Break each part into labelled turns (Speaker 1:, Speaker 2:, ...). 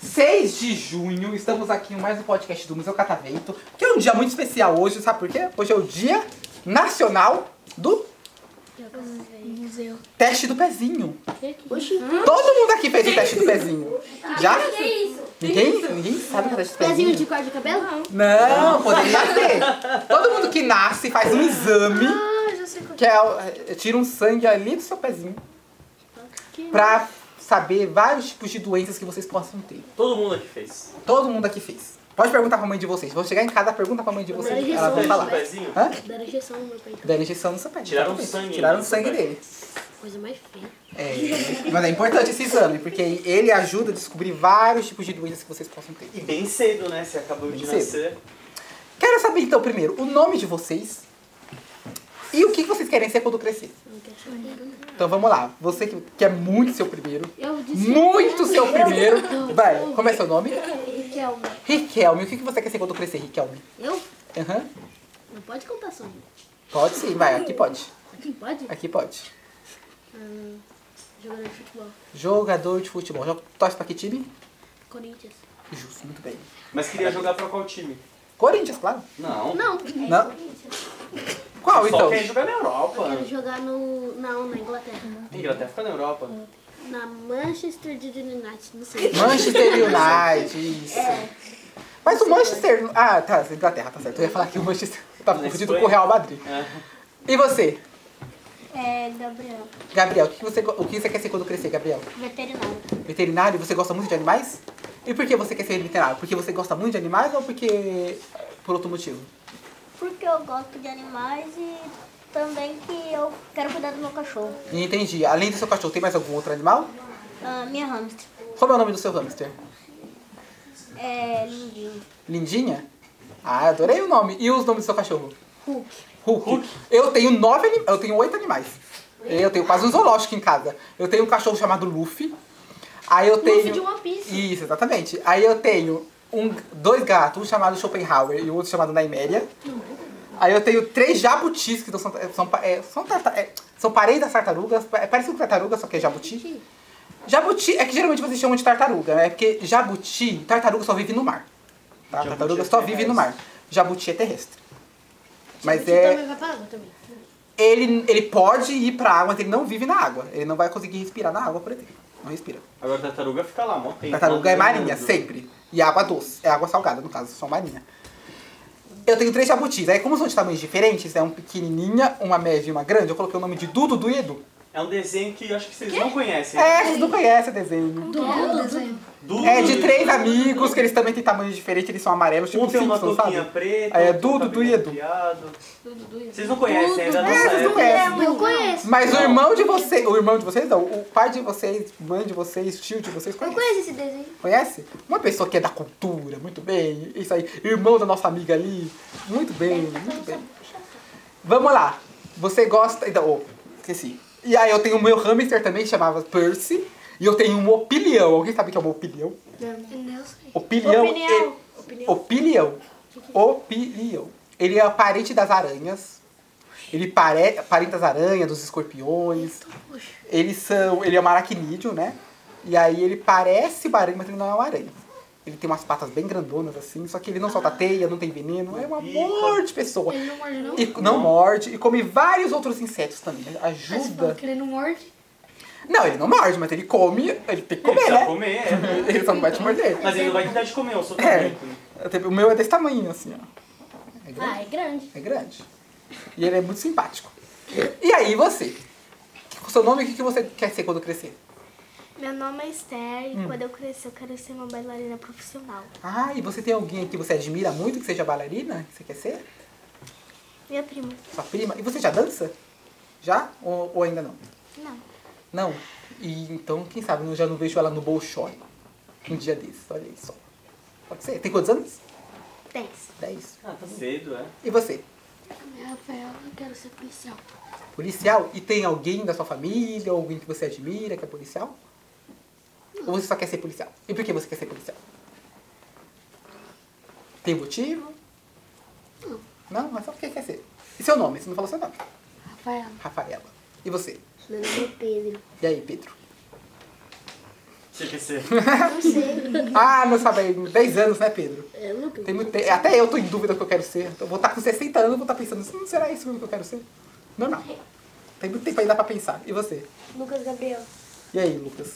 Speaker 1: 6 de junho, estamos aqui em mais um podcast do Museu Catavento, que é um dia muito especial hoje, sabe por quê? Hoje é o Dia Nacional do
Speaker 2: Museu.
Speaker 1: Teste do Pezinho.
Speaker 2: Hum?
Speaker 1: Todo mundo aqui fez o teste do pezinho. Já? Ninguém, ninguém sabe o que é o teste do
Speaker 2: Pezinho
Speaker 1: pezinho?
Speaker 2: de cor de cabelo?
Speaker 1: Não, poderia ser. Todo mundo que nasce faz um exame,
Speaker 2: Ah, já sei qual
Speaker 1: que é, o- é, tira um sangue ali do seu pezinho,
Speaker 2: é.
Speaker 1: pra saber vários tipos de doenças que vocês possam ter.
Speaker 3: Todo mundo aqui fez.
Speaker 1: Todo mundo aqui fez. Pode perguntar pra mãe de vocês. Vou chegar em casa, pergunta pra mãe de vocês. Ela vai
Speaker 3: Teste do
Speaker 1: falar.
Speaker 3: pezinho?
Speaker 1: Hã?
Speaker 2: Deram injeção no meu peito.
Speaker 1: Deram injeção no seu pé.
Speaker 3: Tiraram
Speaker 1: exatamente.
Speaker 3: sangue.
Speaker 1: Tiraram sangue dele.
Speaker 2: Coisa mais feia.
Speaker 1: É, mas é importante esse exame, porque ele ajuda a descobrir vários tipos de doenças que vocês possam ter.
Speaker 3: E bem cedo, né? Você acabou de
Speaker 1: Bem
Speaker 3: nascer.
Speaker 1: Quero saber então primeiro o nome de vocês e o que vocês querem ser quando crescer.
Speaker 2: Eu não quero saber.
Speaker 1: Então vamos lá. Você que que é muito seu primeiro.
Speaker 2: Eu disse
Speaker 1: Muito seu primeiro. Vai, como é seu nome?
Speaker 2: que é uma.
Speaker 1: Riquelme. O que que você quer ser quando crescer, Riquelme?
Speaker 2: Eu?
Speaker 1: Aham.
Speaker 2: Não pode contar sonho.
Speaker 1: Pode sim, vai. Aqui pode.
Speaker 2: Aqui pode?
Speaker 1: Aqui pode.
Speaker 2: Ah, jogador de futebol.
Speaker 1: Jogador de futebol. Jo- Torce pra que time?
Speaker 2: Corinthians.
Speaker 1: Justo, muito bem.
Speaker 3: Mas queria jogar pra qual time?
Speaker 1: Corinthians, claro.
Speaker 3: Não.
Speaker 2: Não.
Speaker 1: Não? Qual
Speaker 3: Só
Speaker 1: então?
Speaker 3: quer jogar na Europa.
Speaker 2: Quero jogar no. Não, na Inglaterra.
Speaker 3: A Inglaterra fica na Europa.
Speaker 2: Na Manchester United, não sei.
Speaker 1: Manchester United, isso. Mas o Manchester. Ah, tá, Inglaterra, tá certo. Eu ia falar que o Manchester tá
Speaker 3: Na
Speaker 1: confundido
Speaker 3: Espanha.
Speaker 1: com o Real Madrid.
Speaker 3: É.
Speaker 1: E você,
Speaker 2: É, Gabriel.
Speaker 1: Gabriel, o que você, go- o que você quer ser quando crescer, Gabriel?
Speaker 2: Veterinário.
Speaker 1: Veterinário, você gosta muito de animais? E por que você quer ser veterinário? Porque você gosta muito de animais ou porque. por outro motivo?
Speaker 4: Porque eu gosto de animais e também que eu quero cuidar do meu cachorro.
Speaker 1: Entendi. Além do seu cachorro, tem mais algum outro animal?
Speaker 4: Ah, minha hamster.
Speaker 1: Como é o nome do seu hamster?
Speaker 4: É lindinho.
Speaker 1: Lindinha? Ah, adorei o nome. E os nomes do seu cachorro?
Speaker 4: Hulk.
Speaker 1: Hulk. Eu tenho nove anim... Eu tenho oito animais. Eu tenho quase um zoológico em casa. Eu tenho um cachorro chamado Luffy. Aí eu tenho.
Speaker 2: de One Piece.
Speaker 1: Isso, exatamente. Aí eu tenho um, dois gatos, um chamado Schopenhauer e o outro chamado Naiméria. Aí eu tenho três jabutis, que são, são, pa- é, são, tarta- é, são parentes das tartarugas. É parecido com tartaruga, só que é jabuti. Jabuti é que geralmente vocês chamam de tartaruga, né? Porque jabuti, tartaruga só vive no mar. Tá?
Speaker 3: Jabuti
Speaker 1: Tartaruga
Speaker 3: é
Speaker 1: só vive no mar. Jabuti é terrestre.
Speaker 5: tá
Speaker 1: Mas é,
Speaker 2: Também vai pra água também.
Speaker 1: ele, ele pode ir pra água, mas ele não vive na água. Ele não vai conseguir respirar na água, por exemplo. Não respira.
Speaker 3: Agora a tartaruga fica lá, mó tempo. Né?
Speaker 1: Tartaruga é
Speaker 3: Todo
Speaker 1: marinha,
Speaker 3: mundo.
Speaker 1: sempre. E água doce. É água salgada, no caso, só marinha. Eu tenho três jabutis. Aí, como são de tamanhos diferentes, é um pequenininha, uma média e uma grande, eu coloquei o nome de Dudu, Dudu e Edu.
Speaker 3: É um desenho que eu acho que vocês não conhecem.
Speaker 1: É, vocês não conhecem o desenho.
Speaker 2: Do
Speaker 6: um
Speaker 2: mundo?
Speaker 5: né?
Speaker 3: Dudu.
Speaker 1: É de três amigos, que eles também têm tamanhos diferentes, eles são amarelos, tipo
Speaker 3: Um tem uma
Speaker 1: Simpsons,
Speaker 3: touquinha
Speaker 1: sabe?
Speaker 3: preta.
Speaker 1: É,
Speaker 3: outro
Speaker 1: Dudu,
Speaker 3: tá
Speaker 1: Dudu
Speaker 3: bem
Speaker 1: e Edu.
Speaker 3: maquiado.
Speaker 2: Dudu.
Speaker 3: Vocês não conhecem ainda
Speaker 1: É, vocês não conhecem.
Speaker 2: Eu conheço.
Speaker 1: Mas o irmão de vocês, o irmão de vocês não, o pai de vocês, mãe de vocês, tio de vocês, conhece?
Speaker 4: esse desenho?
Speaker 1: Conhece? Uma pessoa que é da cultura, muito bem. Isso aí, irmão da nossa amiga ali. Muito
Speaker 2: É,
Speaker 1: bem,
Speaker 4: Então,
Speaker 2: então,
Speaker 1: muito bem. Vamos lá. Você gosta. Então, oh, esqueci. E aí eu tenho o meu hamster também, que chamava Percy. E eu tenho um opilião. Alguém sabe o que é um opilião?
Speaker 2: Não sei.
Speaker 1: Opilião.
Speaker 4: Opinião.
Speaker 1: Ele, opilião. Opilião. Ele é parente das aranhas. Ele pare, parente das aranhas, dos escorpiões. Eles são. Ele é um aracnídeo, né? E aí ele parece uma aranha, mas ele não é uma aranha. Ele tem umas patas bem grandonas assim, só que ele não solta teia, não tem veneno, é um amor de pessoa.
Speaker 2: Ele não morde, não?
Speaker 1: E não morde, e come vários outros insetos também. né?
Speaker 2: Ah, Você falou
Speaker 1: Ajuda.
Speaker 2: que ele não morde?
Speaker 1: Não, ele não morde, mas ele come, ele tem que comer,
Speaker 3: precisa
Speaker 1: né?
Speaker 3: comer, é.
Speaker 1: Ele só não vai te morder.
Speaker 3: Mas ele não vai tentar de comer, eu sou
Speaker 1: É.
Speaker 3: tamanho.
Speaker 1: Eu tenho- O meu é desse tamanho, assim, ó. É grande.
Speaker 2: Ah, é grande.
Speaker 1: É grande. E ele é muito simpático. E aí, você? O seu nome, o que que você quer ser quando crescer?
Speaker 4: Meu nome é Esther
Speaker 1: Hum.
Speaker 4: e quando eu crescer eu quero ser uma bailarina profissional.
Speaker 1: Ah, e você tem alguém que você admira muito, que seja bailarina, que você quer ser?
Speaker 4: Minha prima.
Speaker 1: Sua prima? E você já dança? Já? Ou, ou ainda não?
Speaker 4: Não.
Speaker 1: Não? E então, quem sabe, eu já não vejo ela no Bolshoi. Um dia desses, olha aí só. Pode ser? Tem quantos anos?
Speaker 4: 10.
Speaker 1: Dez.
Speaker 3: Ah, tá cedo, é.
Speaker 1: E você?
Speaker 2: Rafael, eu quero ser policial.
Speaker 1: Policial? E tem alguém da sua família, ou alguém que você admira que é policial? Ou você só quer ser policial? E por que você quer ser policial? Tem motivo?
Speaker 2: Não.
Speaker 1: Não, mas só porque quer ser. E seu nome? Você não falou seu nome.
Speaker 2: Rafaela.
Speaker 1: Rafaela. E você?
Speaker 4: Meu nome é Pedro.
Speaker 1: E aí, Pedro?
Speaker 3: Tinha que ser.
Speaker 4: Não sei.
Speaker 1: Ah, não sabemos. 10 anos, né, Pedro?
Speaker 4: Eu É, não tô.
Speaker 1: Tem muito tempo. Até eu tô em dúvida do que eu quero ser. Eu vou estar com 60 anos, vou estar pensando, "Hum, será isso mesmo que eu quero ser? Não, não. Tem muito tempo ainda pra pensar. E você?
Speaker 4: É. Lucas Gabriel.
Speaker 1: E aí, Lucas?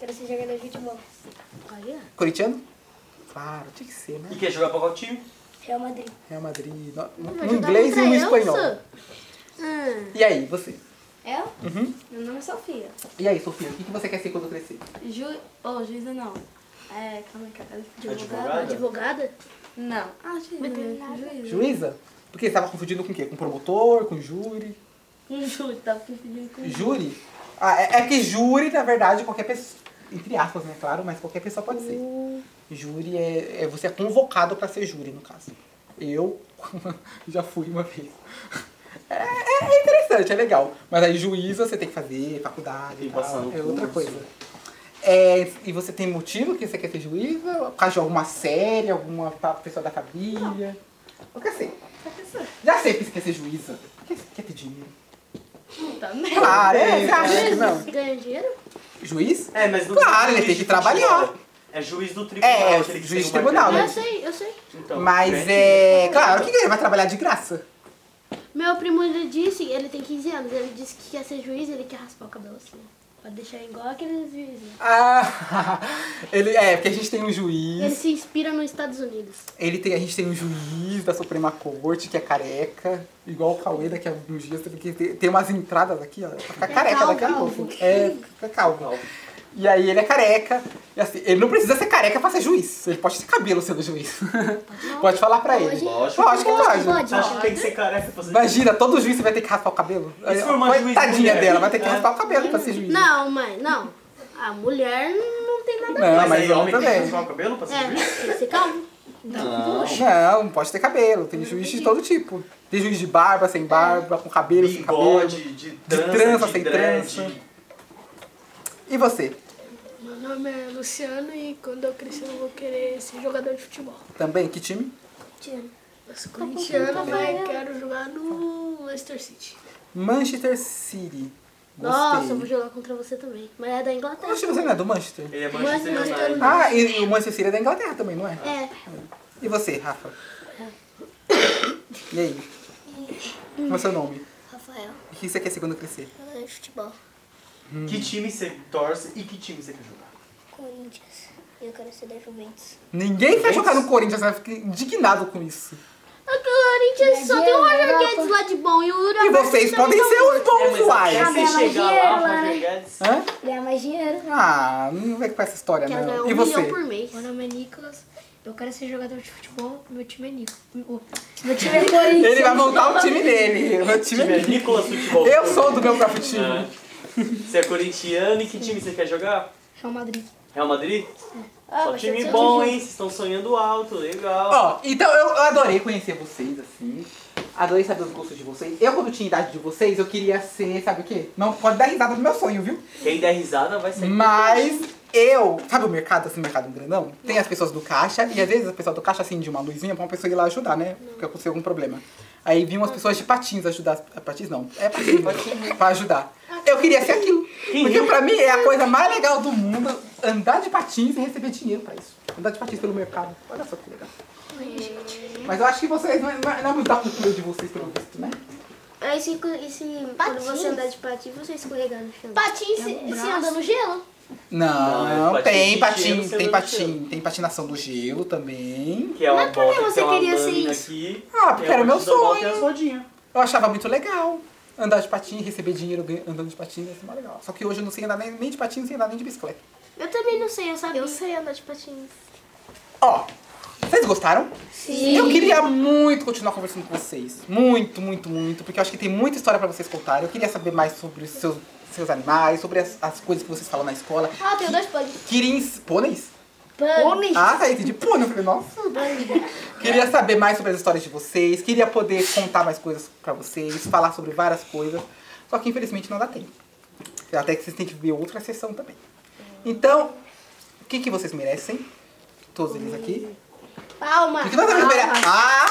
Speaker 4: Quero ser jogador de futebol.
Speaker 1: Coritiano? Claro, tinha que ser, né?
Speaker 3: E quer jogar pra qual time?
Speaker 4: Real Madrid.
Speaker 1: Real Madrid. no- Um inglês e um espanhol.
Speaker 4: Ah,
Speaker 1: E aí, você?
Speaker 6: Eu?
Speaker 1: Uhum.
Speaker 6: Meu nome é Sofia.
Speaker 1: E aí, Sofia, o que que você quer ser quando crescer?
Speaker 6: Ju... Oh, juíza não. É, calma aí, cara.
Speaker 3: Advogada?
Speaker 4: Advogada?
Speaker 6: Não. Ah, juíza. Juíza.
Speaker 1: Juíza? Porque você tava confundindo com o quê? Com promotor, com júri?
Speaker 6: Um júri, tava confundindo com
Speaker 1: Júri? Ah, é, é que júri, na verdade, qualquer pessoa. Entre aspas, né? Claro, mas qualquer pessoa pode ser. Júri é, é você é convocado pra ser júri, no caso. Eu já fui uma vez. É, é- é interessante, é legal. Mas aí juíza você tem que fazer, faculdade,
Speaker 3: Tem
Speaker 1: e
Speaker 3: que
Speaker 1: tal,
Speaker 3: passar no
Speaker 1: é outra
Speaker 3: curso.
Speaker 1: coisa. É, e você tem motivo que você quer ser juíza? Por causa de alguma série, alguma pa- pessoa da família? Eu quer ser. assim,
Speaker 6: Tá
Speaker 1: Já sei que você quer ser juíza. Por que você quer ter dinheiro?
Speaker 6: Puta merda.
Speaker 1: Claro, é, você acha que não.
Speaker 4: Ganha dinheiro?
Speaker 1: Juiz?
Speaker 3: É, mas não
Speaker 1: Claro, ele
Speaker 3: juiz
Speaker 1: tem
Speaker 3: de
Speaker 1: que trabalhar.
Speaker 3: futebol. É juiz do tribunal.
Speaker 1: É, é,
Speaker 3: aquele que
Speaker 1: juiz
Speaker 3: tem
Speaker 1: do
Speaker 3: uma
Speaker 1: tribunal,
Speaker 3: grana.
Speaker 1: né?
Speaker 4: Eu sei, eu sei.
Speaker 3: Então,
Speaker 1: Mas
Speaker 3: né?
Speaker 1: é. Claro, o que que ele vai trabalhar de graça?
Speaker 4: Meu primo ele disse, ele tem 15 anos, ele disse que quer ser juiz, ele quer raspar o cabelo assim. ó, Pra deixar igual aqueles juízes.
Speaker 1: Ah, ele, é, porque a gente tem um
Speaker 4: Ele
Speaker 1: juiz.
Speaker 4: se inspira nos Estados Unidos.
Speaker 1: Ele tem, a gente tem um juiz da Suprema Corte que é careca, igual o Cauê daqui a uns dias, porque tem, tem umas entradas aqui, ó. Pra
Speaker 4: É
Speaker 1: ficar careca
Speaker 6: calvo,
Speaker 1: daqui a pouco.
Speaker 6: calvo.
Speaker 1: É, fica calvo. E aí ele é careca. E assim, ele não precisa ser careca pra ser juiz. Ele pode ter cabelo sendo juiz. Pode falar pra ele.
Speaker 3: Lógico.
Speaker 1: que pode.
Speaker 3: Você acha que tem que ser careca pra ser
Speaker 1: Imagina, todo juiz vai ter que raspar o cabelo.
Speaker 3: E se for uma juiz
Speaker 1: Coitadinha
Speaker 3: mulher?
Speaker 1: dela, vai ter que
Speaker 3: É.
Speaker 1: raspar o cabelo pra ser juiz.
Speaker 4: Não, mãe, não. A mulher não tem nada
Speaker 1: Não, mas,
Speaker 3: aí,
Speaker 1: homem
Speaker 3: homem tem que
Speaker 1: também.
Speaker 3: raspar o cabelo pra ser
Speaker 4: É,
Speaker 3: juiz?
Speaker 4: tem que ser calmo.
Speaker 3: Não.
Speaker 1: Não, pode ter cabelo. Tem juiz de todo tipo. Tem juiz de barba, sem barba, com cabelo, sem cabelo.
Speaker 3: Bigode, de trança, de,
Speaker 1: trança, sem
Speaker 3: dread.
Speaker 1: trança. E você?
Speaker 5: Meu nome é Luciano e quando eu crescer eu vou querer ser jogador de futebol.
Speaker 1: Também? Que time?
Speaker 5: Eu sou corintiano, mas quero jogar no Leicester City.
Speaker 1: Manchester City.
Speaker 4: Nossa, eu vou
Speaker 1: Gostei.
Speaker 4: jogar contra você também. Mas é da Inglaterra.
Speaker 1: Nossa, você não é do Manchester?
Speaker 3: Ele é Manchester
Speaker 4: Mas- mas-
Speaker 3: United.
Speaker 1: Ah, e o Manchester City é da Inglaterra também, não é?
Speaker 4: É,
Speaker 1: E você, Rafa? E aí? Qual é o seu nome?
Speaker 4: Rafael,
Speaker 1: O que você quer ser quando crescer?
Speaker 4: jogador é de futebol.
Speaker 3: Que time você torce e que time você quer jogar?
Speaker 4: Corinthians. Eu quero ser da Juventus.
Speaker 1: Ninguém quer jogar no Corinthians, vai ficar indignado com isso.
Speaker 4: O Corinthians só tem um o Roger Guedes lá de bom e o
Speaker 1: E
Speaker 4: Roberto
Speaker 1: vocês
Speaker 4: também
Speaker 1: podem
Speaker 4: tá
Speaker 1: ser os
Speaker 4: bom.
Speaker 3: É,
Speaker 1: bons uai.
Speaker 3: até você
Speaker 4: Gabriela
Speaker 3: chegar lá,
Speaker 4: Guerra,
Speaker 3: Roger
Speaker 4: né?
Speaker 3: Guedes.
Speaker 1: Hã?
Speaker 4: Ganhar mais dinheiro.
Speaker 1: Ah, não vem com essa história,
Speaker 4: Quero ganhar
Speaker 1: não.
Speaker 4: um
Speaker 1: E
Speaker 4: milhão
Speaker 1: você?
Speaker 4: por mês.
Speaker 6: Meu nome é Nicolas. Eu quero ser jogador de futebol. Meu time é Nicolas. Meu time é Corinthians.
Speaker 1: Ele vai montar o time dele. O meu
Speaker 3: O
Speaker 1: time
Speaker 3: time
Speaker 1: é
Speaker 3: é Nicolas Futebol.
Speaker 1: Eu sou do meu próprio time.
Speaker 3: Ah. Você é corintiano e que time você quer jogar?
Speaker 6: Real Madrid.
Speaker 3: Real Madrid?
Speaker 4: Ah,
Speaker 3: Só
Speaker 4: mas
Speaker 3: time
Speaker 4: eu tô
Speaker 3: bom, hein? Vocês estão sonhando alto, legal.
Speaker 1: Ó, então eu eu adorei conhecer vocês, assim. Adorei saber os gostos de vocês. Eu, quando tinha idade de vocês, eu queria ser, sabe o quê? Não pode dar risada do meu sonho, viu?
Speaker 3: Quem der risada vai sair.
Speaker 1: Mas eu. Sabe o mercado, assim, o mercado grandão? Tem as pessoas do caixa, e às vezes a pessoa do caixa acende uma luzinha pra uma pessoa ir lá ajudar, né? Porque aconteceu algum problema. Aí vinham as pessoas de patins ajudar. as- Patins não, é patins, pra ajudar. Eu queria ser aquilo. Porque pra mim é a coisa mais legal do mundo andar de patins e receber dinheiro pra isso. Andar de patins pelo mercado. Olha só que legal. Mas eu acho que vocês não é, não é- não é muito a cultura de vocês, pelo visto, né?
Speaker 4: Aí se, e se quando você andar de patins, um você escorregar no chão.
Speaker 6: Patins, se anda no gelo.
Speaker 1: Não,
Speaker 3: Não, é
Speaker 1: tem
Speaker 3: patins de gelo,
Speaker 1: patins,
Speaker 3: você
Speaker 1: tem
Speaker 3: anda no
Speaker 1: patim, tem patinação do gelo também.
Speaker 3: Que é uma
Speaker 4: Mas por que
Speaker 3: bola,
Speaker 4: você
Speaker 3: que é uma
Speaker 4: queria ser
Speaker 3: lâmina
Speaker 4: isso?
Speaker 3: Aqui,
Speaker 1: Ah, porque
Speaker 3: e a
Speaker 1: era o meu
Speaker 3: batida da bola
Speaker 1: sonho.
Speaker 3: Tem as rodinhas.
Speaker 1: Eu achava muito legal. Andar de patins, receber dinheiro gan- andando de patins, assim, mó legal. Só que hoje eu não sei andar nem, nem de patins, nem andar nem de bicicleta.
Speaker 4: Eu também não sei, eu sabia.
Speaker 6: Eu sei andar de patins.
Speaker 1: Ó, vocês gostaram? Sim. Eu queria muito continuar conversando com vocês. Muito, muito, muito. Porque eu acho que tem muita história pra vocês contar. Eu queria saber mais sobre os seus, seus animais, sobre as, as coisas que vocês falam na escola.
Speaker 6: Ah, eu tenho dois pôneis.
Speaker 1: Queria... ens- Pôneis?
Speaker 6: Pôneis?
Speaker 1: Ah, tá, entendi. Pônei. Eu falei, nossa. Queria saber mais sobre as histórias de vocês. Queria poder contar mais coisas pra vocês. Falar sobre várias coisas. Só que, infelizmente, não dá tempo. Até que vocês têm que ver outra sessão também. Então, o que, que vocês merecem? Todos eles aqui.
Speaker 4: Palma.
Speaker 1: O que nós merecemos? Ah,